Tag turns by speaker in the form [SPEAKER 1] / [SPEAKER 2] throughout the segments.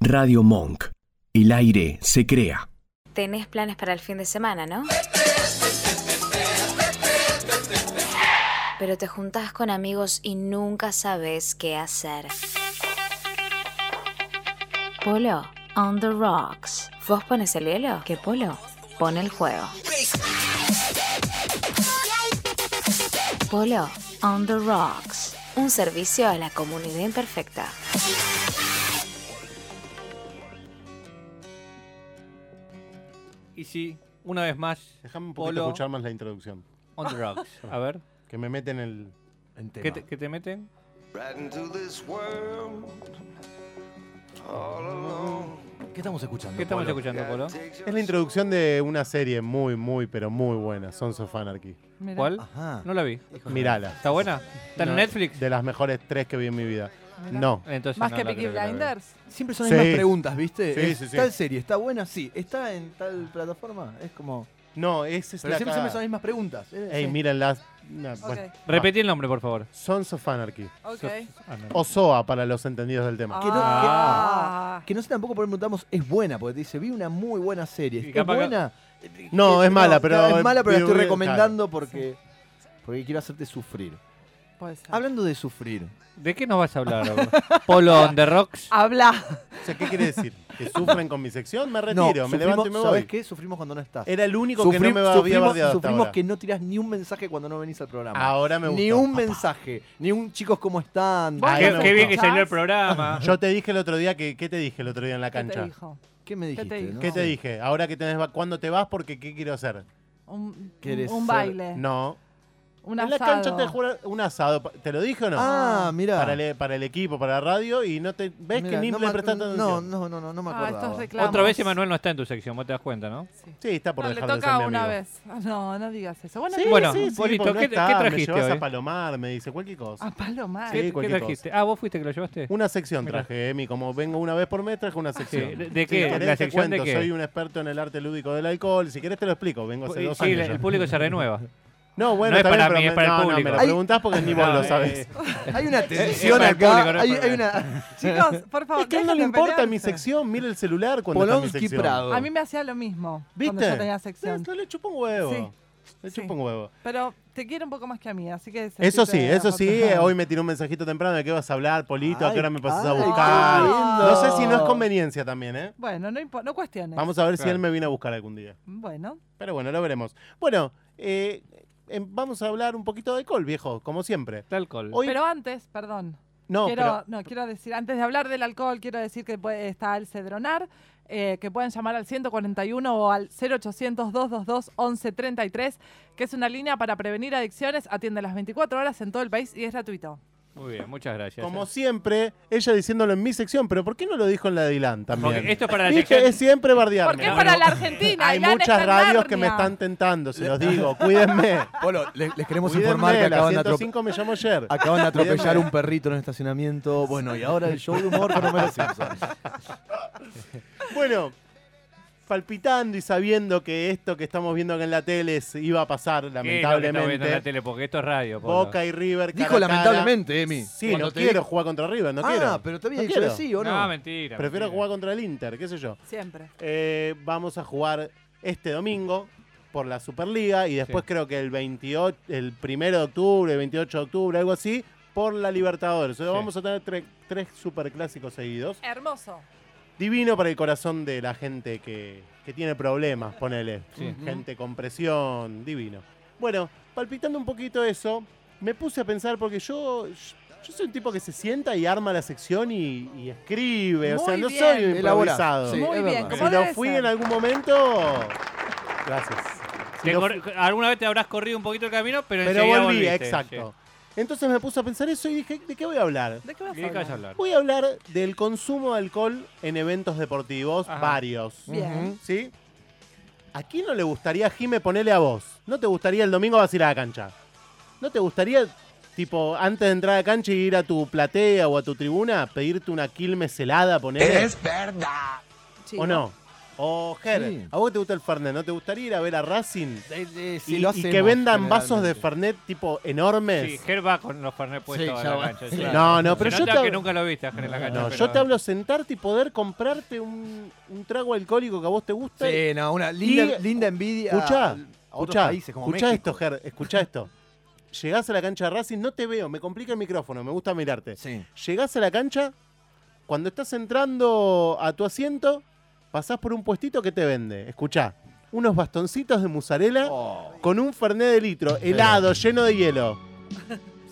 [SPEAKER 1] Radio Monk. El aire se crea.
[SPEAKER 2] Tenés planes para el fin de semana, ¿no? Pero te juntás con amigos y nunca sabes qué hacer. Polo, on the rocks. ¿Vos pones el hielo? Que Polo pone el juego. Polo, on the rocks. Un servicio a la comunidad imperfecta.
[SPEAKER 3] Y sí, una vez más,
[SPEAKER 4] Déjame un poquito
[SPEAKER 3] Polo.
[SPEAKER 4] escuchar más la introducción.
[SPEAKER 3] on the rocks. A ver,
[SPEAKER 4] Que me meten el.
[SPEAKER 3] ¿qué te, qué te meten?
[SPEAKER 5] Right into this world, all alone.
[SPEAKER 6] ¿Qué estamos escuchando?
[SPEAKER 3] ¿Qué estamos
[SPEAKER 6] Polo?
[SPEAKER 3] escuchando, Polo?
[SPEAKER 4] Es la introducción de una serie muy, muy, pero muy buena, Sons of Anarchy.
[SPEAKER 7] Mirá.
[SPEAKER 3] ¿Cuál?
[SPEAKER 6] Ajá.
[SPEAKER 3] No la vi.
[SPEAKER 4] Mirala.
[SPEAKER 3] ¿Está buena? ¿Está en
[SPEAKER 4] No,
[SPEAKER 3] Netflix?
[SPEAKER 4] De las mejores tres que vi en mi vida.
[SPEAKER 7] Mirá.
[SPEAKER 4] No.
[SPEAKER 3] Entonces
[SPEAKER 7] Más
[SPEAKER 3] no
[SPEAKER 7] que
[SPEAKER 3] la
[SPEAKER 7] Peaky
[SPEAKER 3] creo la vea.
[SPEAKER 7] Blinders.
[SPEAKER 6] Siempre son las
[SPEAKER 4] Sí.
[SPEAKER 6] mismas preguntas, ¿viste?
[SPEAKER 4] Sí,
[SPEAKER 6] Es,
[SPEAKER 4] sí, sí.
[SPEAKER 6] Tal serie, ¿está buena? Sí. ¿Está en tal plataforma? Es como.
[SPEAKER 4] No, esa es
[SPEAKER 6] Pero
[SPEAKER 4] la
[SPEAKER 6] siempre, siempre son
[SPEAKER 4] cagada.
[SPEAKER 6] las mismas preguntas. Eh,
[SPEAKER 4] Ey,
[SPEAKER 6] sí.
[SPEAKER 4] mírenlas.
[SPEAKER 7] Ok,
[SPEAKER 3] Repetí el nombre, por favor.
[SPEAKER 4] Sons of Anarchy.
[SPEAKER 7] ok.
[SPEAKER 3] Ah, no.
[SPEAKER 4] O SOA para los entendidos del tema.
[SPEAKER 6] que no-
[SPEAKER 7] Ah.
[SPEAKER 6] Que no sé tampoco por qué preguntamos, es buena, porque te dice, vi una muy buena
[SPEAKER 3] Y
[SPEAKER 6] serie. ¿Es
[SPEAKER 3] capaz que-
[SPEAKER 6] buena?
[SPEAKER 4] No,
[SPEAKER 6] Eh,
[SPEAKER 4] es mala, pero.
[SPEAKER 6] Es mala, pero la estoy
[SPEAKER 4] claro.
[SPEAKER 6] recomendando porque. Porque quiero hacerte sufrir.
[SPEAKER 7] Puede ser.
[SPEAKER 6] Hablando de sufrir.
[SPEAKER 3] ¿De qué nos vas a hablar? ahora? Polo on the rocks.
[SPEAKER 7] Habla.
[SPEAKER 4] O sea, ¿qué quiere decir? ¿Que sufren con mi sección? Me
[SPEAKER 6] No,
[SPEAKER 4] retiro, me levanto y me
[SPEAKER 6] ¿Sabes
[SPEAKER 4] voy.
[SPEAKER 6] qué? Sufrimos cuando no estás.
[SPEAKER 4] Era el único que
[SPEAKER 6] Sufri-
[SPEAKER 4] no me había
[SPEAKER 6] sufrimos,
[SPEAKER 4] bardeado hasta
[SPEAKER 6] sufrimos
[SPEAKER 4] ahora. Ah,
[SPEAKER 6] que no tirás ni un mensaje cuando no venís al programa.
[SPEAKER 4] Ahora me
[SPEAKER 6] ni
[SPEAKER 4] gustó.
[SPEAKER 6] un mensaje, ni un chicos cómo están.
[SPEAKER 7] Vos
[SPEAKER 4] Ahí
[SPEAKER 3] Qué,
[SPEAKER 4] no
[SPEAKER 3] qué bien que
[SPEAKER 7] Ah, escuchás.
[SPEAKER 3] salió el programa.
[SPEAKER 4] Yo te dije el otro día que. ¿Qué te dije el otro día en la
[SPEAKER 7] ¿Qué te
[SPEAKER 4] cancha?
[SPEAKER 7] dijo?
[SPEAKER 6] ¿Qué me dijiste?
[SPEAKER 7] te dijo?
[SPEAKER 6] no?
[SPEAKER 4] ¿Qué te dije? Ahora que tenés. va- ¿Cuándo te vas? Porque ¿qué quiero hacer?
[SPEAKER 7] Un,
[SPEAKER 6] ¿Querés
[SPEAKER 7] un
[SPEAKER 6] ser-
[SPEAKER 7] baile.
[SPEAKER 4] No.
[SPEAKER 7] Eh, Un
[SPEAKER 4] en
[SPEAKER 7] asado.
[SPEAKER 4] la cancha te juega un asado. Pa- ¿Te lo dije o no?
[SPEAKER 6] Ah, mira.
[SPEAKER 4] Para el, para el equipo, para la radio, y no te. ¿Ves que ni
[SPEAKER 6] no
[SPEAKER 4] le
[SPEAKER 6] me-
[SPEAKER 4] prestaste
[SPEAKER 6] No,
[SPEAKER 4] atención?
[SPEAKER 6] no, no, no, no me
[SPEAKER 7] Ah,
[SPEAKER 6] acuerdo.
[SPEAKER 7] estos reclamos.
[SPEAKER 3] Otra vez Emanuel no está en tu sección, vos te das cuenta, ¿no?
[SPEAKER 7] Sí.
[SPEAKER 4] Sí, está por
[SPEAKER 7] No, le
[SPEAKER 4] dejar de ser
[SPEAKER 7] toca
[SPEAKER 4] mi
[SPEAKER 7] una
[SPEAKER 4] amigo.
[SPEAKER 7] vez. Ah, No, no digas eso. Bueno,
[SPEAKER 4] Sí,
[SPEAKER 3] Bueno,
[SPEAKER 4] sí, sí,
[SPEAKER 3] Polito,
[SPEAKER 4] porque no
[SPEAKER 3] ¿qué te-
[SPEAKER 4] está,
[SPEAKER 3] qué
[SPEAKER 4] me
[SPEAKER 3] trajiste
[SPEAKER 4] llevas
[SPEAKER 3] hoy?
[SPEAKER 4] a Palomar, me dice cualquier cosa.
[SPEAKER 7] a Ah, Palomar.
[SPEAKER 4] Sí,
[SPEAKER 3] ¿Qué, qué
[SPEAKER 4] cualquier
[SPEAKER 3] trajiste? Ah, vos fuiste que lo llevaste.
[SPEAKER 4] Una sección
[SPEAKER 3] Mirá.
[SPEAKER 4] traje, Emi. Como vengo una vez por mes, traje una sección.
[SPEAKER 3] ¿de- de qué?
[SPEAKER 4] Si querés,
[SPEAKER 3] ¿La
[SPEAKER 4] te
[SPEAKER 3] sección de
[SPEAKER 4] cuento,
[SPEAKER 3] qué?
[SPEAKER 4] Soy un experto en el arte lúdico del alcohol. Si querés, te lo explico. Vengo hace dos
[SPEAKER 3] Sí,
[SPEAKER 4] años.
[SPEAKER 3] el,
[SPEAKER 4] ya.
[SPEAKER 3] el público se renueva.
[SPEAKER 4] No, bueno,
[SPEAKER 3] No es
[SPEAKER 4] está bien,
[SPEAKER 3] para
[SPEAKER 4] pero
[SPEAKER 3] mí, es
[SPEAKER 4] me-
[SPEAKER 3] para el
[SPEAKER 4] no, no,
[SPEAKER 3] público.
[SPEAKER 4] me lo
[SPEAKER 6] Hay-
[SPEAKER 4] preguntás porque ni vos
[SPEAKER 3] No,
[SPEAKER 4] lo
[SPEAKER 3] eh,
[SPEAKER 4] sabés.
[SPEAKER 6] Hay una
[SPEAKER 3] es
[SPEAKER 6] tensión
[SPEAKER 3] para el
[SPEAKER 6] acá.
[SPEAKER 3] público, no es
[SPEAKER 6] hay,
[SPEAKER 3] para
[SPEAKER 6] hay
[SPEAKER 3] mí.
[SPEAKER 6] una.
[SPEAKER 7] Chicos, por favor.
[SPEAKER 4] Es que a él no le
[SPEAKER 7] dejen de
[SPEAKER 4] importa mi
[SPEAKER 7] pelearse.
[SPEAKER 4] sección. Mira el celular cuando está mi
[SPEAKER 6] Polonsky
[SPEAKER 4] sección.
[SPEAKER 6] Prado.
[SPEAKER 7] A mí me hacía lo mismo. Cuando
[SPEAKER 4] ¿Viste?
[SPEAKER 7] yo tenía sección.
[SPEAKER 4] No, le chupa un huevo.
[SPEAKER 7] Sí.
[SPEAKER 4] Le
[SPEAKER 7] Sí.
[SPEAKER 4] chupa un huevo.
[SPEAKER 7] Pero te quiere un poco más que a mí, así que.
[SPEAKER 4] Eso sí,
[SPEAKER 7] sentite
[SPEAKER 4] eso sí. eh,
[SPEAKER 7] afortunado.
[SPEAKER 4] Hoy me tiró un mensajito temprano de qué vas a hablar, Polito, a qué hora me pasas a
[SPEAKER 6] Ay,
[SPEAKER 4] buscar.
[SPEAKER 6] qué lindo.
[SPEAKER 4] No sé si no es conveniencia también, ¿eh?
[SPEAKER 7] Bueno, no, impo- no cuestiones.
[SPEAKER 4] Vamos a ver si
[SPEAKER 3] Claro.
[SPEAKER 4] él me viene a buscar algún día.
[SPEAKER 7] Bueno,
[SPEAKER 4] Pero bueno, lo veremos. Bueno, eh, em, vamos a hablar un poquito de alcohol, viejo, como siempre.
[SPEAKER 3] Está alcohol.
[SPEAKER 4] Hoy,
[SPEAKER 7] pero antes, perdón.
[SPEAKER 4] no,
[SPEAKER 7] quiero,
[SPEAKER 4] pero-
[SPEAKER 7] no, quiero decir, antes de hablar del alcohol, quiero decir que puede- está el Cedronar, eh, que pueden llamar al 141 o al 0800-222-1133, que es una línea para prevenir adicciones, atiende las 24 horas en todo el país y es gratuito.
[SPEAKER 3] Muy bien, muchas gracias. eh.
[SPEAKER 4] como siempre, ella diciéndolo en mi sección, pero ¿por qué no lo dijo en la de Ilan también?
[SPEAKER 3] Porque esto es para la
[SPEAKER 4] Viste,
[SPEAKER 3] sección-
[SPEAKER 4] es siempre bardearme.
[SPEAKER 7] Porque es
[SPEAKER 3] no,
[SPEAKER 7] para
[SPEAKER 3] no.
[SPEAKER 7] la Argentina.
[SPEAKER 4] Hay
[SPEAKER 7] y la han
[SPEAKER 4] muchas
[SPEAKER 7] hecho en
[SPEAKER 4] radios que me
[SPEAKER 7] Narnia.
[SPEAKER 4] están tentando, se los digo. Cuídenme.
[SPEAKER 6] Polo, les, les queremos informar que
[SPEAKER 4] Cuídenme, la
[SPEAKER 6] acaban de, atrope-
[SPEAKER 4] 105 me llamó ayer.
[SPEAKER 6] acaban de atropellar un perrito en un estacionamiento. Bueno, y ahora el show de humor con Homero Simpson.
[SPEAKER 4] Bueno, palpitando y sabiendo que esto que estamos viendo acá en la tele se iba a pasar,
[SPEAKER 3] ¿Qué es lo que estamos viendo en la
[SPEAKER 4] lamentablemente.
[SPEAKER 3] tele? Porque esto es radio. Polo.
[SPEAKER 4] Boca y River. cara
[SPEAKER 6] Dijo
[SPEAKER 4] a cara.
[SPEAKER 6] lamentablemente, Emi.
[SPEAKER 4] Sí,
[SPEAKER 6] Cuando
[SPEAKER 4] no
[SPEAKER 6] te
[SPEAKER 4] quiero
[SPEAKER 6] dijo-
[SPEAKER 4] jugar contra River, no
[SPEAKER 6] ah,
[SPEAKER 4] quiero.
[SPEAKER 6] pero te había
[SPEAKER 4] No
[SPEAKER 6] dicho
[SPEAKER 4] quiero.
[SPEAKER 6] que sí o no.
[SPEAKER 3] No, mentira.
[SPEAKER 4] Prefiero
[SPEAKER 3] mentira.
[SPEAKER 4] jugar contra el Inter, qué sé yo.
[SPEAKER 7] Siempre.
[SPEAKER 4] Eh, vamos a jugar este domingo por la Superliga y después
[SPEAKER 3] Sí.
[SPEAKER 4] creo que el 28, el 1 de octubre, el 28 de octubre, algo así, por la Libertadores. O
[SPEAKER 3] Sí.
[SPEAKER 4] sea, Vamos a tener tre- tres superclásicos seguidos.
[SPEAKER 7] Hermoso.
[SPEAKER 4] Divino para el corazón de la gente que, que tiene problemas, ponele.
[SPEAKER 3] Sí.
[SPEAKER 4] Gente con presión, divino. Bueno, palpitando un poquito eso, me puse a pensar porque yo, yo soy un tipo que se sienta y arma la sección y, y escribe. o
[SPEAKER 7] Muy
[SPEAKER 4] sea, no
[SPEAKER 7] bien.
[SPEAKER 4] soy un
[SPEAKER 6] Elaborá.
[SPEAKER 4] improvisado.
[SPEAKER 6] Sí,
[SPEAKER 7] Muy bien,
[SPEAKER 6] es verdad.
[SPEAKER 7] como
[SPEAKER 4] Si lo
[SPEAKER 7] debe
[SPEAKER 4] fui
[SPEAKER 7] ser.
[SPEAKER 4] en algún momento. Gracias. Si
[SPEAKER 3] Te
[SPEAKER 4] lo
[SPEAKER 3] cor- ¿Alguna vez te habrás corrido un poquito el camino? Pero,
[SPEAKER 4] Pero
[SPEAKER 3] enseguida
[SPEAKER 4] volví,
[SPEAKER 3] volviste,
[SPEAKER 4] exacto. Entonces me puse a pensar eso y dije, ¿de qué voy a hablar?
[SPEAKER 7] ¿De qué vas
[SPEAKER 3] sí. ¿Y
[SPEAKER 7] a
[SPEAKER 3] de qué vas
[SPEAKER 7] hablar?
[SPEAKER 3] a hablar?
[SPEAKER 4] Voy a hablar del consumo de alcohol en eventos deportivos,
[SPEAKER 3] Ajá.
[SPEAKER 4] varios.
[SPEAKER 6] Mm.
[SPEAKER 7] Bien.
[SPEAKER 4] ¿Sí? ¿A quién no le gustaría, Jime, ponele a vos? ¿No te gustaría el domingo vas a ir a la cancha? ¿No te gustaría, tipo, antes de entrar a la cancha y ir a tu platea o a tu tribuna, pedirte una quilmes helada, ponele?
[SPEAKER 7] Sí.
[SPEAKER 4] ¿O no? O Ger,
[SPEAKER 6] Sí.
[SPEAKER 4] ¿a vos te gusta el Fernet? ¿No te gustaría ir a ver a Racing?
[SPEAKER 6] Sí,
[SPEAKER 4] Y,
[SPEAKER 6] lo
[SPEAKER 4] y
[SPEAKER 6] hacemos,
[SPEAKER 4] que vendan vasos de
[SPEAKER 6] generalmente.
[SPEAKER 4] Fernet tipo enormes.
[SPEAKER 3] Sí, Ger va con los Fernet puestos
[SPEAKER 6] Sí,
[SPEAKER 3] a
[SPEAKER 6] ya
[SPEAKER 3] la
[SPEAKER 6] va.
[SPEAKER 3] cancha. sí.
[SPEAKER 6] Claro.
[SPEAKER 4] No, no, pero
[SPEAKER 3] Se
[SPEAKER 4] yo
[SPEAKER 3] nota
[SPEAKER 4] te,
[SPEAKER 3] que
[SPEAKER 4] hablo,
[SPEAKER 3] nunca lo viste a Ger en la cancha.
[SPEAKER 4] no,
[SPEAKER 3] pero-
[SPEAKER 4] yo te hablo sentarte y poder comprarte un, un trago alcohólico que a vos te gusta.
[SPEAKER 6] Sí, no, una linda,
[SPEAKER 4] Y-
[SPEAKER 6] linda envidia.
[SPEAKER 4] Escuchá,
[SPEAKER 6] a otros
[SPEAKER 4] Escuchá,
[SPEAKER 6] países como
[SPEAKER 4] escuchá
[SPEAKER 6] México.
[SPEAKER 4] esto, Ger, escuchá esto. Llegás a la cancha de Racing, no te veo, me complica el micrófono, me gusta mirarte.
[SPEAKER 6] Sí.
[SPEAKER 4] Llegás a la cancha, cuando estás entrando a tu asiento, pasás por un puestito que te vende. Escuchá, unos bastoncitos de mozzarella
[SPEAKER 6] Oh,
[SPEAKER 4] con un fernet de litro, helado, lleno de hielo.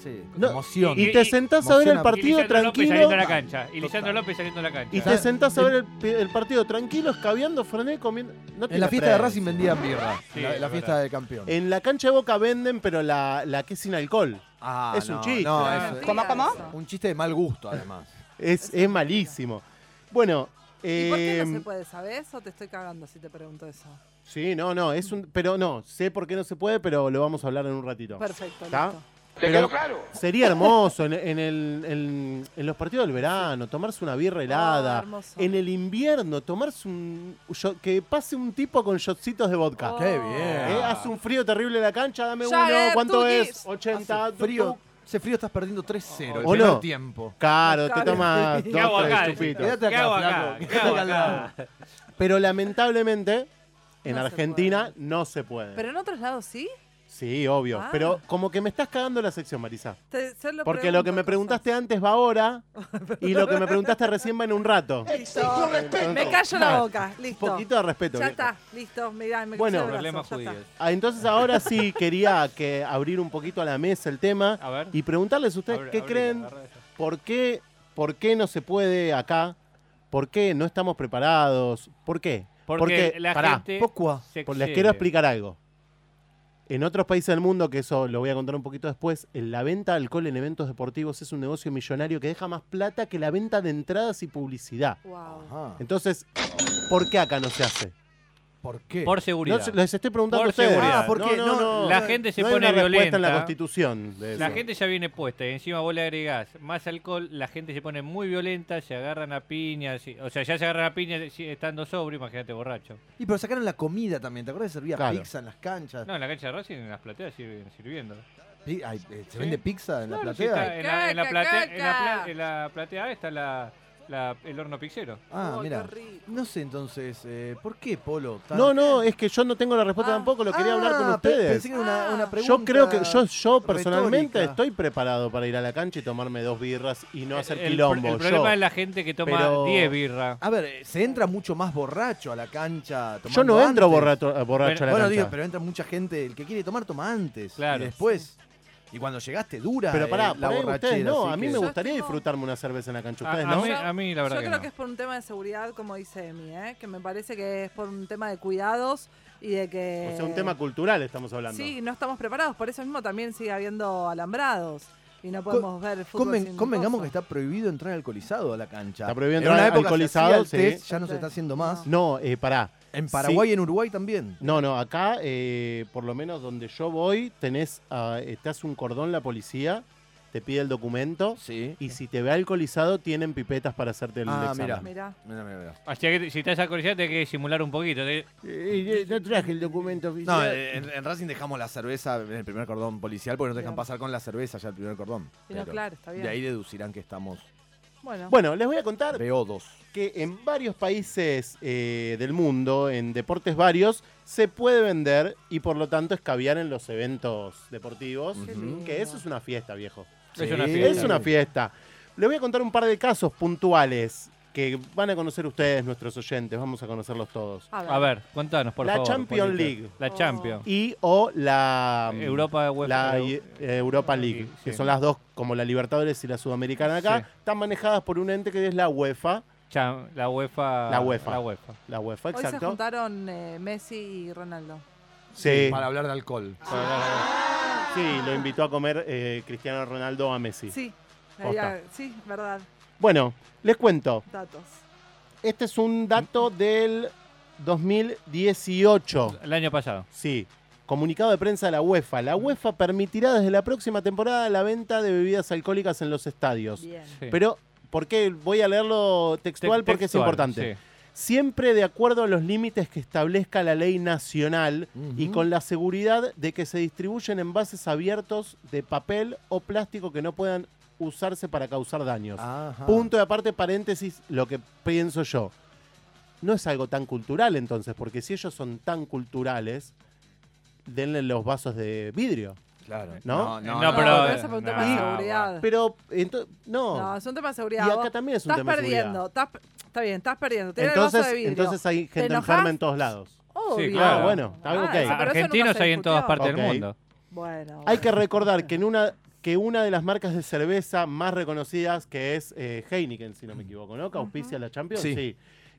[SPEAKER 6] sí.
[SPEAKER 4] No,
[SPEAKER 6] Emoción.
[SPEAKER 4] Y te sentás a ver el
[SPEAKER 6] Emociona.
[SPEAKER 3] Y Lisandro
[SPEAKER 4] partido
[SPEAKER 3] López saliendo a
[SPEAKER 4] tranquilo.
[SPEAKER 3] la cancha. Y Lisandro López saliendo a la cancha.
[SPEAKER 4] Y te sentás a ver el, pi- el partido tranquilo, escabeando Fernet, comiendo. no
[SPEAKER 6] En
[SPEAKER 4] tiene
[SPEAKER 6] la fiesta de
[SPEAKER 4] precio.
[SPEAKER 6] Racing vendían birra.
[SPEAKER 3] Sí,
[SPEAKER 6] la, la
[SPEAKER 3] es
[SPEAKER 6] fiesta
[SPEAKER 3] verdad.
[SPEAKER 6] del campeón.
[SPEAKER 4] En la cancha de Boca venden, pero la, la que es sin alcohol.
[SPEAKER 6] Ah,
[SPEAKER 4] es un
[SPEAKER 6] no,
[SPEAKER 4] chiste.
[SPEAKER 6] No,
[SPEAKER 7] Ah,
[SPEAKER 6] es,
[SPEAKER 7] sí,
[SPEAKER 8] ¿Cómo, cómo?
[SPEAKER 7] eso.
[SPEAKER 6] un chiste de mal gusto, además.
[SPEAKER 4] Es, es malísimo. Bueno,
[SPEAKER 7] ¿Y por qué no
[SPEAKER 4] eh,
[SPEAKER 7] se puede? ¿Sabes? ¿O te estoy cagando si te pregunto eso?
[SPEAKER 4] sí, no, no, es un, pero no, sé por qué no se puede, pero lo vamos a hablar en un ratito.
[SPEAKER 7] Perfecto,
[SPEAKER 4] ¿Está?
[SPEAKER 7] listo.
[SPEAKER 5] ¿Te
[SPEAKER 4] Pero-
[SPEAKER 5] quedó claro?
[SPEAKER 4] Sería hermoso en, en el- en- en los partidos del verano, tomarse una birra helada.
[SPEAKER 7] Oh, hermoso.
[SPEAKER 4] en el invierno, tomarse un. yo- que pase un tipo con shotcitos de vodka.
[SPEAKER 7] Oh.
[SPEAKER 6] ¡Qué bien!
[SPEAKER 4] Eh, hace un frío terrible en la cancha, dame
[SPEAKER 7] Ya,
[SPEAKER 4] uno.
[SPEAKER 7] eh,
[SPEAKER 4] ¿Cuánto
[SPEAKER 7] Tuki.
[SPEAKER 4] es? 80.
[SPEAKER 6] Hace frío. Ese frío estás perdiendo 3-0 el
[SPEAKER 4] ¿O
[SPEAKER 6] primer
[SPEAKER 4] no?
[SPEAKER 6] tiempo.
[SPEAKER 4] Caro, te
[SPEAKER 7] Claro.
[SPEAKER 4] tomas
[SPEAKER 3] ¿Qué hago
[SPEAKER 4] dos,
[SPEAKER 3] acá?
[SPEAKER 4] tres chupitos.
[SPEAKER 6] Quédate
[SPEAKER 3] ¿Qué hago acá?
[SPEAKER 6] flaco,
[SPEAKER 3] ¿Qué hago
[SPEAKER 6] quédate al
[SPEAKER 3] acá?
[SPEAKER 4] Pero lamentablemente, en
[SPEAKER 7] No se
[SPEAKER 4] Argentina no se puede.
[SPEAKER 7] Pero en otros lados sí.
[SPEAKER 4] Sí, obvio.
[SPEAKER 7] Ah.
[SPEAKER 4] Pero como que me estás cagando la sección, Marisa.
[SPEAKER 7] Te- se lo
[SPEAKER 4] Porque lo que
[SPEAKER 7] pregunto
[SPEAKER 4] me
[SPEAKER 7] cosas.
[SPEAKER 4] preguntaste antes va ahora y lo que me preguntaste recién va en un rato.
[SPEAKER 7] Me callo la boca, listo.
[SPEAKER 4] Un poquito de respeto.
[SPEAKER 7] ya
[SPEAKER 4] viejo.
[SPEAKER 7] está, listo. Mirá, me
[SPEAKER 4] Bueno.
[SPEAKER 7] crucé el
[SPEAKER 3] Problemas
[SPEAKER 7] brazo, ya
[SPEAKER 3] judíos.
[SPEAKER 7] está.
[SPEAKER 4] Ah, Entonces ahora sí quería que abrir un poquito a la mesa el tema
[SPEAKER 3] A ver.
[SPEAKER 4] y preguntarles a ustedes
[SPEAKER 3] Abre-
[SPEAKER 4] qué
[SPEAKER 3] abre,
[SPEAKER 4] creen,
[SPEAKER 3] agarra esa.
[SPEAKER 4] por qué, por qué no se puede acá, por qué no estamos preparados, por qué.
[SPEAKER 3] Porque, la
[SPEAKER 4] pará,
[SPEAKER 3] gente
[SPEAKER 6] Pocua.
[SPEAKER 3] se
[SPEAKER 4] Por- les
[SPEAKER 3] excede.
[SPEAKER 4] quiero explicar algo. En otros países del mundo, que eso lo voy a contar un poquito después, en la venta de alcohol en eventos deportivos es un negocio millonario que deja más plata que la venta de entradas y publicidad.
[SPEAKER 7] Wow.
[SPEAKER 6] Ajá.
[SPEAKER 4] Entonces, ¿por qué acá no se hace?
[SPEAKER 6] ¿Por qué?
[SPEAKER 3] Por
[SPEAKER 4] No,
[SPEAKER 3] seguridad.
[SPEAKER 4] se- les estoy preguntando
[SPEAKER 3] Por
[SPEAKER 4] a ustedes.
[SPEAKER 3] seguridad.
[SPEAKER 6] Ah, porque no, no,
[SPEAKER 3] la gente se
[SPEAKER 4] no hay
[SPEAKER 3] pone
[SPEAKER 4] una respuesta
[SPEAKER 3] violenta.
[SPEAKER 4] en la Constitución. de
[SPEAKER 3] La
[SPEAKER 4] eso.
[SPEAKER 3] gente ya viene puesta y encima vos le agregás más alcohol, la gente se pone muy violenta, se agarran a piñas, y- o sea, ya se agarran a piñas si- estando sobrio, imagínate borracho.
[SPEAKER 6] Y pero sacaron la comida también. ¿Te acuerdas que servía
[SPEAKER 4] Claro.
[SPEAKER 6] pizza en las canchas?
[SPEAKER 3] No, en la cancha de Racing en las plateas sirven sirviendo.
[SPEAKER 6] Pi- ay, eh, ¿Se
[SPEAKER 3] Sí.
[SPEAKER 6] vende pizza en
[SPEAKER 3] Claro,
[SPEAKER 6] la
[SPEAKER 3] sí,
[SPEAKER 6] platea?
[SPEAKER 3] está- en, la, en la
[SPEAKER 7] Caca,
[SPEAKER 3] platea en la pla-
[SPEAKER 7] caca.
[SPEAKER 3] en la platea A está la, la- el horno pixero.
[SPEAKER 6] Ah,
[SPEAKER 7] Oh,
[SPEAKER 6] mira.
[SPEAKER 7] qué rico.
[SPEAKER 6] No sé entonces, eh, ¿por qué Polo? tan-
[SPEAKER 4] No, no, es que yo no tengo la respuesta
[SPEAKER 7] Ah.
[SPEAKER 4] tampoco, lo quería
[SPEAKER 6] Ah,
[SPEAKER 4] hablar con
[SPEAKER 6] pe-
[SPEAKER 4] ustedes.
[SPEAKER 6] pensé que era una, una pregunta.
[SPEAKER 4] Yo creo que yo, yo personalmente
[SPEAKER 6] retórica.
[SPEAKER 4] estoy preparado para ir a la cancha y tomarme dos birras y no hacer
[SPEAKER 3] El- el,
[SPEAKER 4] quilombo.
[SPEAKER 3] pro- El
[SPEAKER 4] yo.
[SPEAKER 3] problema es la gente que toma
[SPEAKER 4] Pero-
[SPEAKER 3] 10 birras.
[SPEAKER 6] A ver, eh, se entra mucho más borracho a la cancha.
[SPEAKER 4] Yo
[SPEAKER 6] tomando
[SPEAKER 4] no entro
[SPEAKER 6] antes.
[SPEAKER 4] borracho, eh, borracho a la
[SPEAKER 6] Bueno,
[SPEAKER 4] cancha.
[SPEAKER 6] digo, pero entra mucha gente. El que quiere tomar, toma antes.
[SPEAKER 3] Claro.
[SPEAKER 6] Y después. Y cuando llegaste, dura.
[SPEAKER 4] Pero
[SPEAKER 6] eh,
[SPEAKER 4] pará,
[SPEAKER 6] la
[SPEAKER 4] por ahí
[SPEAKER 6] borrachera.
[SPEAKER 4] ustedes no.
[SPEAKER 6] así
[SPEAKER 4] A mí
[SPEAKER 6] que-
[SPEAKER 4] me
[SPEAKER 7] Yo
[SPEAKER 4] gustaría
[SPEAKER 7] estoy-
[SPEAKER 4] disfrutarme una cerveza en la cancha.
[SPEAKER 3] A,
[SPEAKER 4] ¿Ustedes
[SPEAKER 3] a
[SPEAKER 4] no?
[SPEAKER 3] mí, a mí la
[SPEAKER 7] Yo
[SPEAKER 3] verdad
[SPEAKER 7] creo que,
[SPEAKER 3] que
[SPEAKER 7] es por un tema de seguridad, como dice Emi, ¿eh? que me parece que es por un tema de cuidados y de que...
[SPEAKER 4] O sea, un tema cultural estamos hablando.
[SPEAKER 7] Sí, no estamos preparados, por eso mismo también sigue habiendo alambrados y no podemos ver fútbol
[SPEAKER 6] Conven-
[SPEAKER 7] sin
[SPEAKER 6] convengamos
[SPEAKER 7] coso.
[SPEAKER 6] que está prohibido entrar alcoholizado a la cancha.
[SPEAKER 4] Está prohibido
[SPEAKER 6] En
[SPEAKER 4] entrar
[SPEAKER 6] una época se
[SPEAKER 4] alcoholizado,
[SPEAKER 6] hacía el
[SPEAKER 4] sí.
[SPEAKER 6] test, ya no se está haciendo
[SPEAKER 7] No.
[SPEAKER 6] más.
[SPEAKER 4] No, eh, pará.
[SPEAKER 6] En
[SPEAKER 4] Sí.
[SPEAKER 6] Paraguay y en Uruguay también.
[SPEAKER 4] No, no, acá, eh, por lo menos donde yo voy, tenés, ah, eh, te hace un cordón la policía, te pide el documento
[SPEAKER 6] Sí.
[SPEAKER 4] y si te ve alcoholizado tienen pipetas para hacerte el
[SPEAKER 6] Ah,
[SPEAKER 4] examen.
[SPEAKER 7] Mirá.
[SPEAKER 6] Mira, mira, mira.
[SPEAKER 3] Así que si estás alcoholizado tenés que simular un poquito. te-
[SPEAKER 4] Eh, no traje el documento
[SPEAKER 6] No, eh, en, en Racing dejamos la cerveza en el primer cordón policial porque no te dejan pasar con la cerveza ya el primer cordón.
[SPEAKER 7] Y no,
[SPEAKER 6] Pero
[SPEAKER 7] claro, está bien.
[SPEAKER 6] De ahí deducirán que estamos
[SPEAKER 7] Bueno,
[SPEAKER 4] Bueno, les voy a contar
[SPEAKER 6] BO2.
[SPEAKER 4] que en varios países eh, del mundo, en deportes varios, se puede vender y por lo tanto escabiar en los eventos deportivos.
[SPEAKER 7] Qué lindo.
[SPEAKER 4] Que eso es una fiesta, viejo.
[SPEAKER 3] Es una
[SPEAKER 6] Sí.
[SPEAKER 3] fiesta.
[SPEAKER 4] Es una fiesta. Les voy a contar un par de casos puntuales que van a conocer ustedes, nuestros oyentes. Vamos a conocerlos todos.
[SPEAKER 7] a ver.
[SPEAKER 3] A ver, contanos por
[SPEAKER 4] La
[SPEAKER 3] favor.
[SPEAKER 4] Champions
[SPEAKER 3] Polito.
[SPEAKER 4] League.
[SPEAKER 3] La
[SPEAKER 7] Oh.
[SPEAKER 3] Champions.
[SPEAKER 4] Y o la mm,
[SPEAKER 3] Europa UEFA.
[SPEAKER 4] la
[SPEAKER 3] Eu-
[SPEAKER 4] eh, Europa League,
[SPEAKER 3] Sí,
[SPEAKER 4] que
[SPEAKER 3] sí.
[SPEAKER 4] son las dos, como la Libertadores y la Sudamericana acá,
[SPEAKER 3] Sí.
[SPEAKER 4] están manejadas por un ente que es la UEFA.
[SPEAKER 3] Cham- la UEFA.
[SPEAKER 4] La UEFA.
[SPEAKER 3] La UEFA.
[SPEAKER 4] La UEFA,
[SPEAKER 7] Hoy se
[SPEAKER 4] exacto.
[SPEAKER 7] juntaron eh, Messi y Ronaldo.
[SPEAKER 4] Sí,
[SPEAKER 6] Para hablar de alcohol.
[SPEAKER 4] sí, lo invitó a comer eh, Cristiano Ronaldo a Messi.
[SPEAKER 7] Ah. Sí, sí,
[SPEAKER 4] Posta.
[SPEAKER 7] había- sí, verdad,
[SPEAKER 4] Bueno, les cuento.
[SPEAKER 7] datos.
[SPEAKER 4] Este es un dato del 2018.
[SPEAKER 3] El año pasado.
[SPEAKER 4] Sí. Comunicado de prensa de la UEFA. La UEFA permitirá desde la próxima temporada la venta de bebidas alcohólicas en los estadios.
[SPEAKER 7] Bien.
[SPEAKER 3] Sí.
[SPEAKER 4] Pero, ¿por qué? Voy a leerlo
[SPEAKER 3] Te-
[SPEAKER 4] textual porque es
[SPEAKER 3] textual,
[SPEAKER 4] importante.
[SPEAKER 3] sí.
[SPEAKER 4] siempre de acuerdo a los límites que establezca la ley nacional y
[SPEAKER 6] Ujú.
[SPEAKER 4] con la seguridad de que se distribuyen envases abiertos de papel o plástico que no puedan usarse para causar daños.
[SPEAKER 3] Ah,
[SPEAKER 6] Ajá.
[SPEAKER 4] Punto de aparte, paréntesis, lo que pienso yo. No es algo tan cultural entonces, porque si ellos son tan culturales, denle los vasos de vidrio,
[SPEAKER 6] Claro.
[SPEAKER 4] ¿no?
[SPEAKER 3] No, pero- eh,
[SPEAKER 7] No,
[SPEAKER 3] Ah,
[SPEAKER 7] pero eso es un tema de
[SPEAKER 3] no,
[SPEAKER 7] seguridad.
[SPEAKER 4] Pero, ento-
[SPEAKER 7] Ah. No,
[SPEAKER 4] no.
[SPEAKER 7] es un tema de
[SPEAKER 4] Y
[SPEAKER 7] seguridad. Vos
[SPEAKER 4] acá también es un
[SPEAKER 7] estás
[SPEAKER 4] tema de seguridad.
[SPEAKER 7] perdiendo, estás, está bien, estás perdiendo. Tenés el
[SPEAKER 4] Entonces,
[SPEAKER 7] vaso de vidrio.
[SPEAKER 4] entonces hay gente
[SPEAKER 7] enojás?
[SPEAKER 4] enferma en todos lados.
[SPEAKER 7] Obvio.
[SPEAKER 3] Sí, claro.
[SPEAKER 4] Ah, bueno, está bien,
[SPEAKER 7] Ah,
[SPEAKER 4] ok.
[SPEAKER 7] eso, pero eso nunca
[SPEAKER 3] Argentinos
[SPEAKER 7] se
[SPEAKER 3] hay en todas
[SPEAKER 7] discutió.
[SPEAKER 3] partes
[SPEAKER 4] Ok.
[SPEAKER 3] del mundo.
[SPEAKER 7] Bueno.
[SPEAKER 4] Hay
[SPEAKER 7] bueno.
[SPEAKER 4] que recordar que en una que una de las marcas de cerveza más reconocidas, que es eh, Heineken, si no me equivoco, ¿no? Que auspicia la Champions. Sí.
[SPEAKER 6] Sí.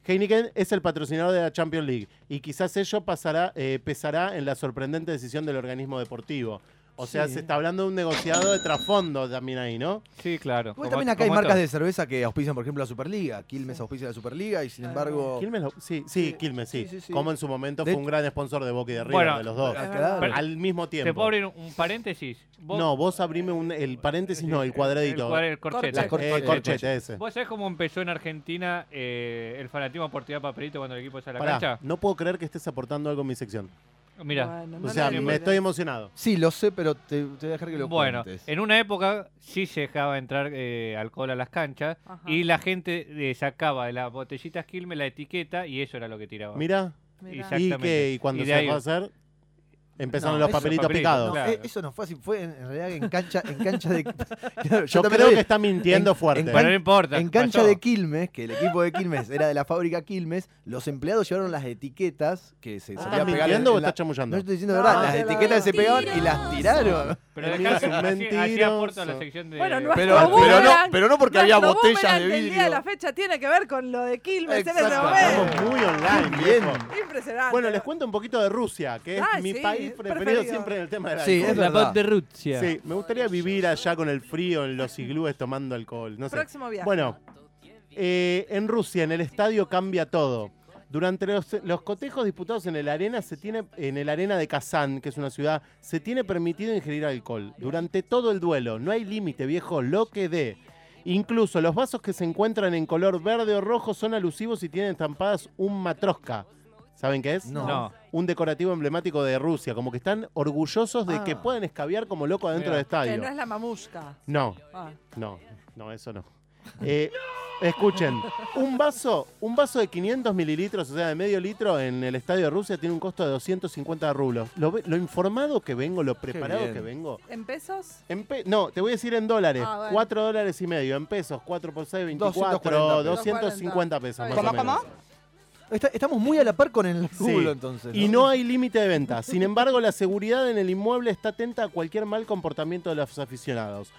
[SPEAKER 4] Heineken es el patrocinador de la Champions League y quizás ello pasará, eh, pesará en la sorprendente decisión del organismo deportivo. O sea,
[SPEAKER 6] Sí.
[SPEAKER 4] se está hablando de un negociado de trasfondo también ahí, ¿no?
[SPEAKER 3] Sí, claro.
[SPEAKER 6] Igual
[SPEAKER 3] Como-
[SPEAKER 6] también acá hay
[SPEAKER 3] como
[SPEAKER 6] marcas
[SPEAKER 3] todo.
[SPEAKER 6] de cerveza que auspician, por ejemplo, la Superliga. Quilmes auspicia la Superliga y sin embargo.
[SPEAKER 4] Quilmes, lo- sí, sí,
[SPEAKER 6] Oh. Sí,
[SPEAKER 4] Quilmes, sí.
[SPEAKER 6] sí, sí, sí.
[SPEAKER 4] Como en su momento
[SPEAKER 6] De
[SPEAKER 4] fue un gran sponsor de Boca y de River,
[SPEAKER 3] Bueno,
[SPEAKER 4] de los dos.
[SPEAKER 6] Ah,
[SPEAKER 7] Es
[SPEAKER 6] claro.
[SPEAKER 3] verdad.
[SPEAKER 4] Al mismo
[SPEAKER 3] ¿Te
[SPEAKER 4] tiempo.
[SPEAKER 3] puedo abrir un- un paréntesis? Vos-
[SPEAKER 4] No, vos abrime un, el paréntesis, no, el
[SPEAKER 3] El,
[SPEAKER 4] cuadradito.
[SPEAKER 3] cuadra- el corchete.
[SPEAKER 7] Las
[SPEAKER 4] Eh,
[SPEAKER 6] corchete.
[SPEAKER 4] corchete ese.
[SPEAKER 3] ¿Vos sabés cómo empezó en Argentina eh, el fanatismo por tirar papelito cuando el equipo sale a la
[SPEAKER 4] Pará,
[SPEAKER 3] cancha?
[SPEAKER 4] no puedo creer que estés aportando algo en mi sección.
[SPEAKER 3] Mira,
[SPEAKER 7] Bueno,
[SPEAKER 4] O
[SPEAKER 7] no
[SPEAKER 4] sea,
[SPEAKER 7] la
[SPEAKER 4] me
[SPEAKER 7] olvides.
[SPEAKER 4] estoy emocionado.
[SPEAKER 6] Sí, lo sé, pero te, te voy a dejar que lo
[SPEAKER 3] bueno,
[SPEAKER 6] cuentes.
[SPEAKER 3] en una época sí se dejaba entrar eh, alcohol a las canchas
[SPEAKER 7] Ajá.
[SPEAKER 3] y la gente eh, sacaba de las botellitas Quilmes la etiqueta y eso era lo que tiraba.
[SPEAKER 4] Mira,
[SPEAKER 3] ya-
[SPEAKER 7] Mirá.
[SPEAKER 4] y
[SPEAKER 3] Exactamente.
[SPEAKER 4] que y cuando
[SPEAKER 3] Y de
[SPEAKER 4] se
[SPEAKER 3] ahí-
[SPEAKER 4] dejó hacer, empezaron
[SPEAKER 6] No,
[SPEAKER 4] los
[SPEAKER 6] eso,
[SPEAKER 4] papelitos
[SPEAKER 3] papelito,
[SPEAKER 4] picados.
[SPEAKER 6] No,
[SPEAKER 3] Claro.
[SPEAKER 6] eh, eso no fue así, fue en, en realidad en cancha, en cancha de. Claro,
[SPEAKER 4] Yo
[SPEAKER 6] también
[SPEAKER 4] creo
[SPEAKER 6] lo vi.
[SPEAKER 4] que está mintiendo
[SPEAKER 6] en-
[SPEAKER 4] fuerte.
[SPEAKER 6] en
[SPEAKER 3] Pero no importa.
[SPEAKER 6] En cancha
[SPEAKER 3] pasó.
[SPEAKER 6] de Quilmes, que el equipo de Quilmes era de la fábrica Quilmes, los empleados llevaron las etiquetas que se
[SPEAKER 4] ¿Estás
[SPEAKER 6] solía pegar. en
[SPEAKER 4] mintiendo o
[SPEAKER 6] la-
[SPEAKER 4] estás chamullando?
[SPEAKER 6] No estoy diciendo
[SPEAKER 7] No,
[SPEAKER 6] la verdad,
[SPEAKER 7] no,
[SPEAKER 6] las
[SPEAKER 7] te la
[SPEAKER 6] etiquetas que se pegaban y las tiraron.
[SPEAKER 3] Pero
[SPEAKER 4] Eres
[SPEAKER 3] dejá-
[SPEAKER 4] un
[SPEAKER 3] así- así aporto a la
[SPEAKER 4] mentiroso.
[SPEAKER 3] sección de...
[SPEAKER 7] Bueno, nuestro
[SPEAKER 6] Pero- pero
[SPEAKER 7] boomerang-
[SPEAKER 6] no- pero no porque había
[SPEAKER 7] nuestro
[SPEAKER 6] botellas de
[SPEAKER 7] boomerang del día
[SPEAKER 6] vidrio.
[SPEAKER 7] de la fecha tiene que ver con lo de Quilmes en ese
[SPEAKER 6] Exacto.
[SPEAKER 7] momento.
[SPEAKER 4] Estamos muy online,
[SPEAKER 6] Bien.
[SPEAKER 4] viejo.
[SPEAKER 7] Impresionante.
[SPEAKER 4] Bueno, les cuento un poquito de Rusia, que es
[SPEAKER 7] Ah,
[SPEAKER 4] mi
[SPEAKER 7] sí,
[SPEAKER 4] país preferido,
[SPEAKER 7] preferido.
[SPEAKER 4] siempre en el tema de la
[SPEAKER 6] Sí, es
[SPEAKER 3] La
[SPEAKER 6] verdad.
[SPEAKER 3] voz de Rusia.
[SPEAKER 4] Sí, me gustaría vivir allá con el frío en los iglúes tomando alcohol. No sé.
[SPEAKER 7] Próximo viaje.
[SPEAKER 4] Bueno, eh, en Rusia, en el estadio cambia todo. Durante los, los cotejos disputados en el arena se tiene en el arena de Kazán, que es una ciudad, se tiene permitido ingerir alcohol durante todo el duelo. No hay límite, viejo, lo que dé. Incluso los vasos que se encuentran en color verde o rojo son alusivos y tienen estampadas un matrosca. ¿Saben qué es?
[SPEAKER 6] No.
[SPEAKER 3] No.
[SPEAKER 4] Un decorativo emblemático de Rusia, como que están orgullosos de que
[SPEAKER 6] Ah.
[SPEAKER 4] puedan escabiar como loco adentro
[SPEAKER 3] Mirá.
[SPEAKER 4] del
[SPEAKER 7] que
[SPEAKER 4] estadio.
[SPEAKER 7] no es la mamusca.
[SPEAKER 4] No,
[SPEAKER 7] Ah,
[SPEAKER 4] no, no, eso no. Eh, Escuchen, un vaso, un vaso de 500 mililitros, o sea, de medio litro en el estadio de Rusia tiene un costo de 250 rublos. Lo, ve- lo informado que vengo, lo preparado
[SPEAKER 6] bien.
[SPEAKER 4] que vengo.
[SPEAKER 7] ¿En pesos?
[SPEAKER 4] En pe- no, te voy a decir en dólares,
[SPEAKER 7] Ah, bueno.
[SPEAKER 4] 4 dólares y medio. En pesos, 4 por 6, 24,
[SPEAKER 6] 240 pesos.
[SPEAKER 4] 250 pesos. Más
[SPEAKER 7] ¿Cómo,
[SPEAKER 4] o menos.
[SPEAKER 6] Está- estamos muy a la par con el
[SPEAKER 4] Sí.
[SPEAKER 6] culo entonces.
[SPEAKER 4] Y no hay límite de venta. Sin embargo, la seguridad en el inmueble está atenta a cualquier mal comportamiento de los aficionados.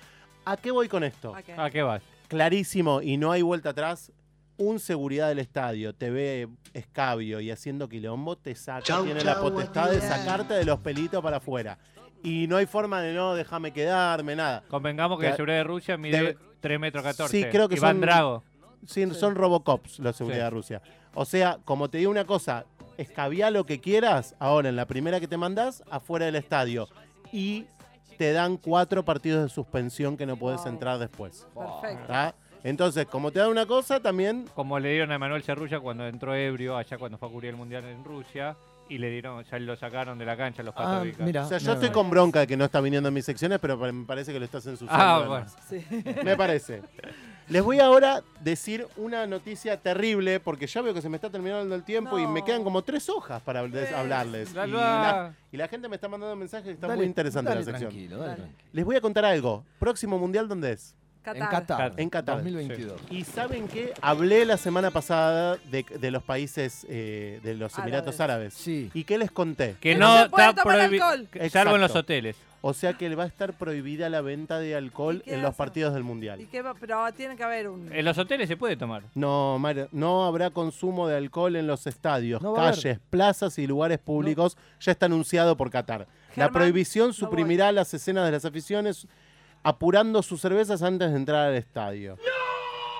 [SPEAKER 4] ¿A qué voy con esto?
[SPEAKER 7] Ok.
[SPEAKER 3] ¿A Ah, qué vas?
[SPEAKER 4] clarísimo y no hay vuelta atrás, un seguridad del estadio te ve escabio y haciendo quilombo, te saca, tiene la potestad de sacarte de los pelitos para afuera. Y no hay forma de no, déjame quedarme, nada.
[SPEAKER 3] Convengamos que
[SPEAKER 4] Te-
[SPEAKER 3] la seguridad de Rusia mide
[SPEAKER 4] te-
[SPEAKER 3] 3 metros 14.
[SPEAKER 4] Sí, creo que
[SPEAKER 3] Iván
[SPEAKER 4] son-
[SPEAKER 3] Drago.
[SPEAKER 4] Sí, Son Robocops los seguridad
[SPEAKER 3] Sí.
[SPEAKER 4] de Rusia. O sea, como te digo una cosa, escabia lo que quieras, ahora en la primera que te mandás, afuera del estadio. Y te dan cuatro partidos de suspensión que no puedes
[SPEAKER 7] Wow.
[SPEAKER 4] entrar después.
[SPEAKER 7] Perfecto.
[SPEAKER 4] ¿Está? Entonces, como te dan una cosa, también
[SPEAKER 3] Como le dieron a Manuel Cerrulla cuando entró ebrio allá cuando fue a cubrir el Mundial en Rusia. Y le dieron, ya lo sacaron de la cancha los
[SPEAKER 6] Ah,
[SPEAKER 3] patobicas.
[SPEAKER 6] mira.
[SPEAKER 4] O sea, yo
[SPEAKER 6] no,
[SPEAKER 4] estoy
[SPEAKER 6] no.
[SPEAKER 4] con bronca de que no está viniendo en mis secciones, pero pa- me parece que lo estás ensuciando.
[SPEAKER 3] Ah,
[SPEAKER 4] además.
[SPEAKER 7] Sí.
[SPEAKER 4] Me parece. Les voy ahora decir una noticia terrible, porque ya veo que se me está terminando el tiempo y me
[SPEAKER 7] No.
[SPEAKER 4] quedan como tres hojas para habl-
[SPEAKER 7] Tres.
[SPEAKER 4] hablarles.
[SPEAKER 3] La-
[SPEAKER 4] y,
[SPEAKER 3] la-
[SPEAKER 4] la, y la gente me está mandando mensajes que está
[SPEAKER 6] Dale,
[SPEAKER 4] muy interesante
[SPEAKER 6] dale
[SPEAKER 4] la sección.
[SPEAKER 6] Tranquilo, dale
[SPEAKER 7] Dale.
[SPEAKER 6] tranquilo.
[SPEAKER 4] Les voy a contar algo. Próximo mundial, ¿dónde es?
[SPEAKER 7] Qatar.
[SPEAKER 6] En Qatar.
[SPEAKER 4] En Qatar.
[SPEAKER 6] 2022.
[SPEAKER 4] Y saben que hablé la semana pasada de, de los países eh, de los
[SPEAKER 7] Árabes.
[SPEAKER 4] Emiratos Árabes.
[SPEAKER 6] Sí.
[SPEAKER 4] ¿Y qué les conté?
[SPEAKER 3] Que
[SPEAKER 7] Que
[SPEAKER 3] no,
[SPEAKER 7] no se puede
[SPEAKER 3] está
[SPEAKER 7] tomar
[SPEAKER 3] prohibido.
[SPEAKER 7] alcohol.
[SPEAKER 3] Salvo en los
[SPEAKER 4] Exacto.
[SPEAKER 3] hoteles.
[SPEAKER 4] O sea que va a estar prohibida la venta de alcohol
[SPEAKER 7] ¿Y qué
[SPEAKER 4] en los
[SPEAKER 7] hacen?
[SPEAKER 4] partidos del mundial.
[SPEAKER 7] ¿Y qué va- Pero tiene que haber un.
[SPEAKER 3] En los hoteles se puede tomar.
[SPEAKER 4] No, Mario, no habrá consumo de alcohol en los estadios,
[SPEAKER 6] No va a
[SPEAKER 4] calles, plazas y lugares públicos. Ya está anunciado por Qatar. la
[SPEAKER 7] Germán,
[SPEAKER 4] prohibición
[SPEAKER 7] no
[SPEAKER 4] suprimirá las escenas de las aficiones apurando sus cervezas antes de entrar al estadio.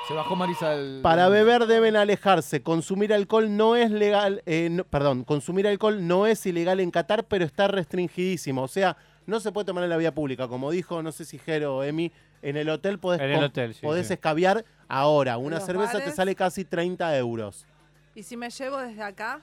[SPEAKER 6] Se bajó Marisa al.
[SPEAKER 4] Para beber deben alejarse. Consumir alcohol no es legal, eh, no- perdón, consumir alcohol no es ilegal en Qatar, pero está restringidísimo. O sea, no se puede tomar en la vía pública, como dijo, no sé si Jero o Emi, en el hotel podés,
[SPEAKER 3] En el
[SPEAKER 4] com-
[SPEAKER 3] hotel, sí,
[SPEAKER 4] podés
[SPEAKER 3] sí.
[SPEAKER 4] escabiar ahora. Una
[SPEAKER 7] los
[SPEAKER 4] cerveza te
[SPEAKER 7] bares?
[SPEAKER 4] sale casi 30 euros.
[SPEAKER 8] ¿Y si me llevo desde acá?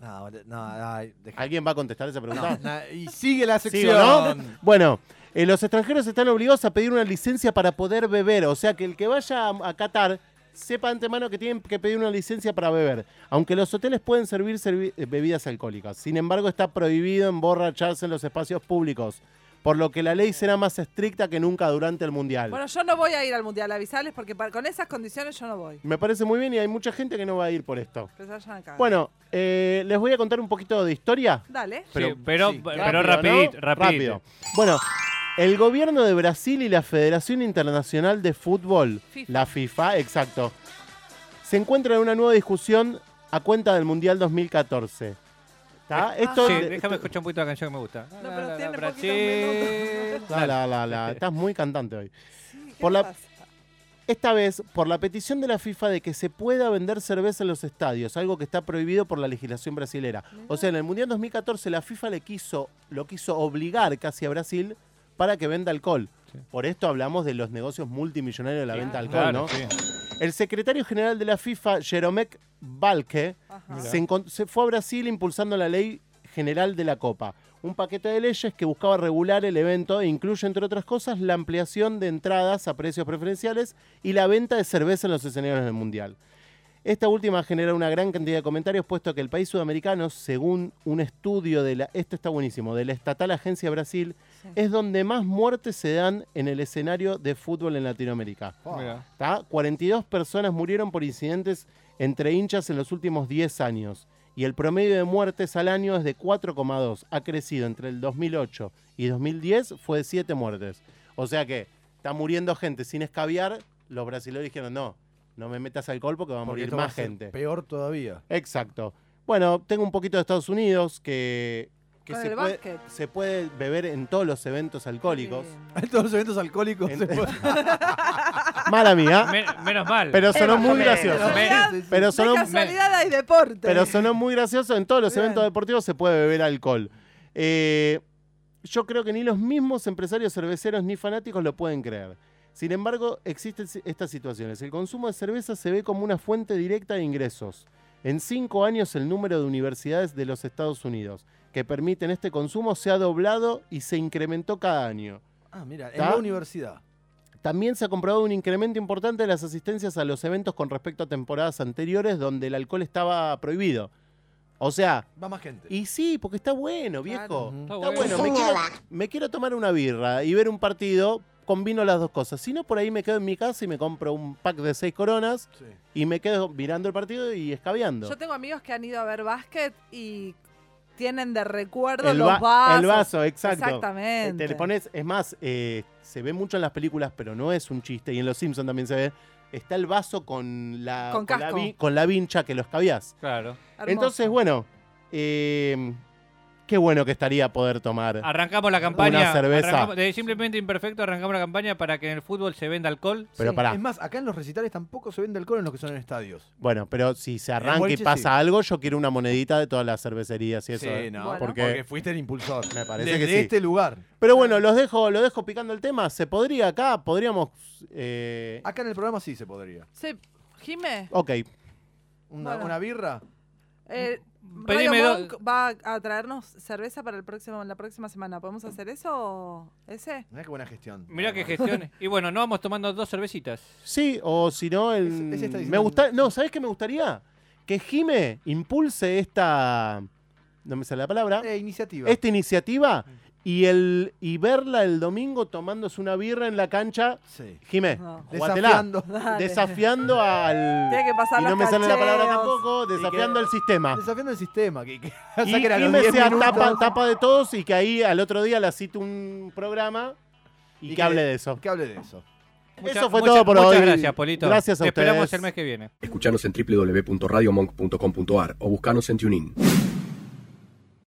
[SPEAKER 6] No, no, ay, deja-
[SPEAKER 4] ¿Alguien va a contestar esa pregunta?
[SPEAKER 6] No, na- y sigue la
[SPEAKER 4] Sí,
[SPEAKER 6] sección.
[SPEAKER 4] ¿o no? Bueno, eh, los extranjeros están obligados a pedir una licencia para poder beber. O sea que el que vaya a, a Qatar sepa de antemano que tienen que pedir una licencia para beber. Aunque los hoteles pueden servir servi- eh, bebidas alcohólicas. Sin embargo, está prohibido emborracharse en los espacios públicos. Por lo que la ley será más estricta que nunca durante el Mundial.
[SPEAKER 8] Bueno, yo no voy a ir al mundial, avisales, porque pa- con esas condiciones yo no voy.
[SPEAKER 4] Me parece muy bien y hay mucha gente que no va a ir por esto.
[SPEAKER 8] Que se vayan
[SPEAKER 6] Ah.
[SPEAKER 8] acá.
[SPEAKER 4] Bueno, eh, les voy a contar un poquito de historia.
[SPEAKER 8] Dale.
[SPEAKER 3] Sí,
[SPEAKER 4] pero-
[SPEAKER 3] Pero, pero,
[SPEAKER 6] sí,
[SPEAKER 4] Rápido,
[SPEAKER 3] rapidito,
[SPEAKER 4] ¿no?
[SPEAKER 3] rapidito.
[SPEAKER 4] Rápido. Bueno, el gobierno de Brasil y la Federación Internacional de Fútbol,
[SPEAKER 8] FIFA.
[SPEAKER 4] la FIFA, exacto, se encuentran en una nueva discusión a cuenta del Mundial 2014. ¿Está? Esto
[SPEAKER 3] Eh, ah, Sí, déjame escuchar un poquito la canción que me gusta.
[SPEAKER 8] No, pero tiene
[SPEAKER 3] Brasil.
[SPEAKER 4] La, la, la, la. Estás muy cantante hoy.
[SPEAKER 8] Sí, ¿qué
[SPEAKER 4] Por la-
[SPEAKER 8] pasa?
[SPEAKER 4] Esta vez, por la petición de la FIFA de que se pueda vender cerveza en los estadios, algo que está prohibido por la legislación brasilera. O sea, en el Mundial 2014 la FIFA le quiso, lo quiso obligar casi a Brasil para que venda alcohol. Por esto hablamos de los negocios multimillonarios de la venta de alcohol,
[SPEAKER 3] Claro,
[SPEAKER 4] ¿no?
[SPEAKER 3] sí.
[SPEAKER 4] El secretario general de la FIFA, Jeromek Balke,
[SPEAKER 8] Ajá.
[SPEAKER 4] se, encon- se fue a Brasil impulsando la ley general de la Copa, un paquete de leyes que buscaba regular el evento e incluye, entre otras cosas, la ampliación de entradas a precios preferenciales y la venta de cerveza en los escenarios del Mundial. Esta última genera una gran cantidad de comentarios, puesto que el país sudamericano, según un estudio de la, esto está buenísimo, de la estatal Agencia Brasil, es donde más muertes se dan en el escenario de fútbol en Latinoamérica.
[SPEAKER 6] Ah.
[SPEAKER 3] Mira.
[SPEAKER 4] ¿tá? 42 personas murieron por incidentes entre hinchas en los últimos 10 años. Y el promedio de muertes al año es de 4,2. Ha crecido entre el 2008 y 2010, fue de 7 muertes. O sea que está muriendo gente sin escabiar. Los brasileños dijeron, no, no me metas alcohol porque va a
[SPEAKER 6] Porque
[SPEAKER 4] morir
[SPEAKER 6] esto va a
[SPEAKER 4] más
[SPEAKER 6] ser
[SPEAKER 4] gente.
[SPEAKER 6] Peor todavía.
[SPEAKER 4] Exacto. Bueno, tengo un poquito de Estados Unidos que, que
[SPEAKER 8] Con
[SPEAKER 4] se,
[SPEAKER 8] el
[SPEAKER 4] puede,
[SPEAKER 8] básquet.
[SPEAKER 4] se puede beber en todos los eventos alcohólicos.
[SPEAKER 8] Sí.
[SPEAKER 6] Todos los eventos alcohólicos.
[SPEAKER 4] En-
[SPEAKER 6] se pueden-
[SPEAKER 4] Mala mía,
[SPEAKER 3] Men- menos mal.
[SPEAKER 4] pero sonó
[SPEAKER 8] más o
[SPEAKER 4] muy
[SPEAKER 8] menos.
[SPEAKER 4] gracioso.
[SPEAKER 3] Me-
[SPEAKER 6] Sí, sí.
[SPEAKER 4] Pero sonó,
[SPEAKER 8] de casualidad hay deporte.
[SPEAKER 4] pero sonó muy gracioso. En todos los
[SPEAKER 8] Bien.
[SPEAKER 4] eventos deportivos se puede beber alcohol. Eh, yo creo que ni los mismos empresarios cerveceros ni fanáticos lo pueden creer. Sin embargo, existen si- estas situaciones. El consumo de cerveza se ve como una fuente directa de ingresos. En cinco años el número de universidades de los Estados Unidos que permiten este consumo se ha doblado y se incrementó cada año.
[SPEAKER 6] Ah, mira, en
[SPEAKER 4] ¿Está?
[SPEAKER 6] la universidad.
[SPEAKER 4] También se ha comprobado un incremento importante de las asistencias a los eventos con respecto a temporadas anteriores donde el alcohol estaba prohibido. O sea,
[SPEAKER 6] Va más gente.
[SPEAKER 4] y sí, porque está bueno, viejo.
[SPEAKER 6] Ujú.
[SPEAKER 3] Está
[SPEAKER 4] Está
[SPEAKER 3] bueno.
[SPEAKER 4] bueno, me quiero, me quiero tomar una birra y ver un partido, combino las dos cosas. Si no, por ahí me quedo en mi casa y me compro un pack de seis coronas
[SPEAKER 6] Sí.
[SPEAKER 4] y me quedo mirando el partido y escabeando.
[SPEAKER 8] Yo tengo amigos que han ido a ver básquet y tienen de recuerdo
[SPEAKER 4] el,
[SPEAKER 8] los
[SPEAKER 4] va-
[SPEAKER 8] vasos.
[SPEAKER 4] el vaso, exacto. Eh,
[SPEAKER 8] Exactamente.
[SPEAKER 4] Te le pones, es más, eh, se ve mucho en las películas, pero no es un chiste. Y en Los Simpsons también se ve. Está el vaso con la,
[SPEAKER 8] Con
[SPEAKER 4] la,
[SPEAKER 8] casco.
[SPEAKER 4] vi- con la vincha que lo escabiás.
[SPEAKER 3] Claro.
[SPEAKER 8] Hermoso.
[SPEAKER 4] Entonces, bueno, eh, qué bueno que estaría poder tomar.
[SPEAKER 8] Ah,
[SPEAKER 3] Arrancamos la campaña.
[SPEAKER 4] Una cerveza.
[SPEAKER 3] arrancamos- de simplemente imperfecto arrancamos la campaña para que en el fútbol se venda alcohol.
[SPEAKER 4] pero
[SPEAKER 8] sí.
[SPEAKER 4] pará.
[SPEAKER 6] Es más, acá en los recitales tampoco se vende alcohol en los que son en estadios.
[SPEAKER 4] Bueno, pero si se
[SPEAKER 6] En
[SPEAKER 4] arranca y
[SPEAKER 6] boliche,
[SPEAKER 4] pasa algo, yo quiero una monedita de todas las cervecerías y eso. eh.
[SPEAKER 8] Bueno.
[SPEAKER 6] porque, porque fuiste el impulsor.
[SPEAKER 4] Me parece
[SPEAKER 6] Desde
[SPEAKER 4] que sí.
[SPEAKER 6] este lugar.
[SPEAKER 4] Pero bueno, los dejo, los dejo picando el tema. ¿Se podría acá? Podríamos. eh,
[SPEAKER 6] Acá en el programa sí se podría.
[SPEAKER 8] Sí, Jime,
[SPEAKER 4] ok.
[SPEAKER 6] Una,
[SPEAKER 8] Bueno.
[SPEAKER 6] una birra.
[SPEAKER 8] eh,
[SPEAKER 4] Mm.
[SPEAKER 8] Radio
[SPEAKER 3] Pedime
[SPEAKER 8] Monk
[SPEAKER 3] do-
[SPEAKER 8] va a traernos cerveza para el próximo, la próxima semana. ¿Podemos hacer eso o ese?
[SPEAKER 6] Mirá qué buena gestión.
[SPEAKER 3] Mirá qué gestiones. Y bueno, nos vamos tomando dos cervecitas.
[SPEAKER 4] Sí, o si no, el.
[SPEAKER 6] Ese- ese está
[SPEAKER 4] me
[SPEAKER 6] diciendo-
[SPEAKER 4] gusta. No, ¿sabes qué me gustaría? Que Jime impulse esta. No me sale la palabra.
[SPEAKER 6] Eh, iniciativa.
[SPEAKER 4] Esta iniciativa y el y verla el domingo tomándose una birra en la cancha.
[SPEAKER 6] Sí.
[SPEAKER 4] Jime,
[SPEAKER 8] No.
[SPEAKER 4] jugátela.
[SPEAKER 6] Desafiando.
[SPEAKER 8] Dale.
[SPEAKER 4] Desafiando al.
[SPEAKER 8] Tiene que pasar
[SPEAKER 4] y
[SPEAKER 8] los
[SPEAKER 4] no me sale la palabra
[SPEAKER 8] cacheos.
[SPEAKER 4] tampoco. Desafiando al sistema.
[SPEAKER 6] Desafiando el sistema. Que, que
[SPEAKER 4] Y
[SPEAKER 6] saquen a los
[SPEAKER 4] Jime
[SPEAKER 6] 10
[SPEAKER 4] sea
[SPEAKER 6] minutos.
[SPEAKER 4] tapa, tapa de todos y que ahí al otro día la cite un programa y, que, hable de eso.
[SPEAKER 6] Que hable de eso.
[SPEAKER 4] eso fue todo por hoy.
[SPEAKER 3] Muchas gracias, Polito.
[SPEAKER 4] Gracias a
[SPEAKER 3] Te esperamos
[SPEAKER 4] ustedes.
[SPEAKER 3] el mes que viene.
[SPEAKER 9] Escuchanos en www.radiomonk.com.ar o buscanos en TuneIn.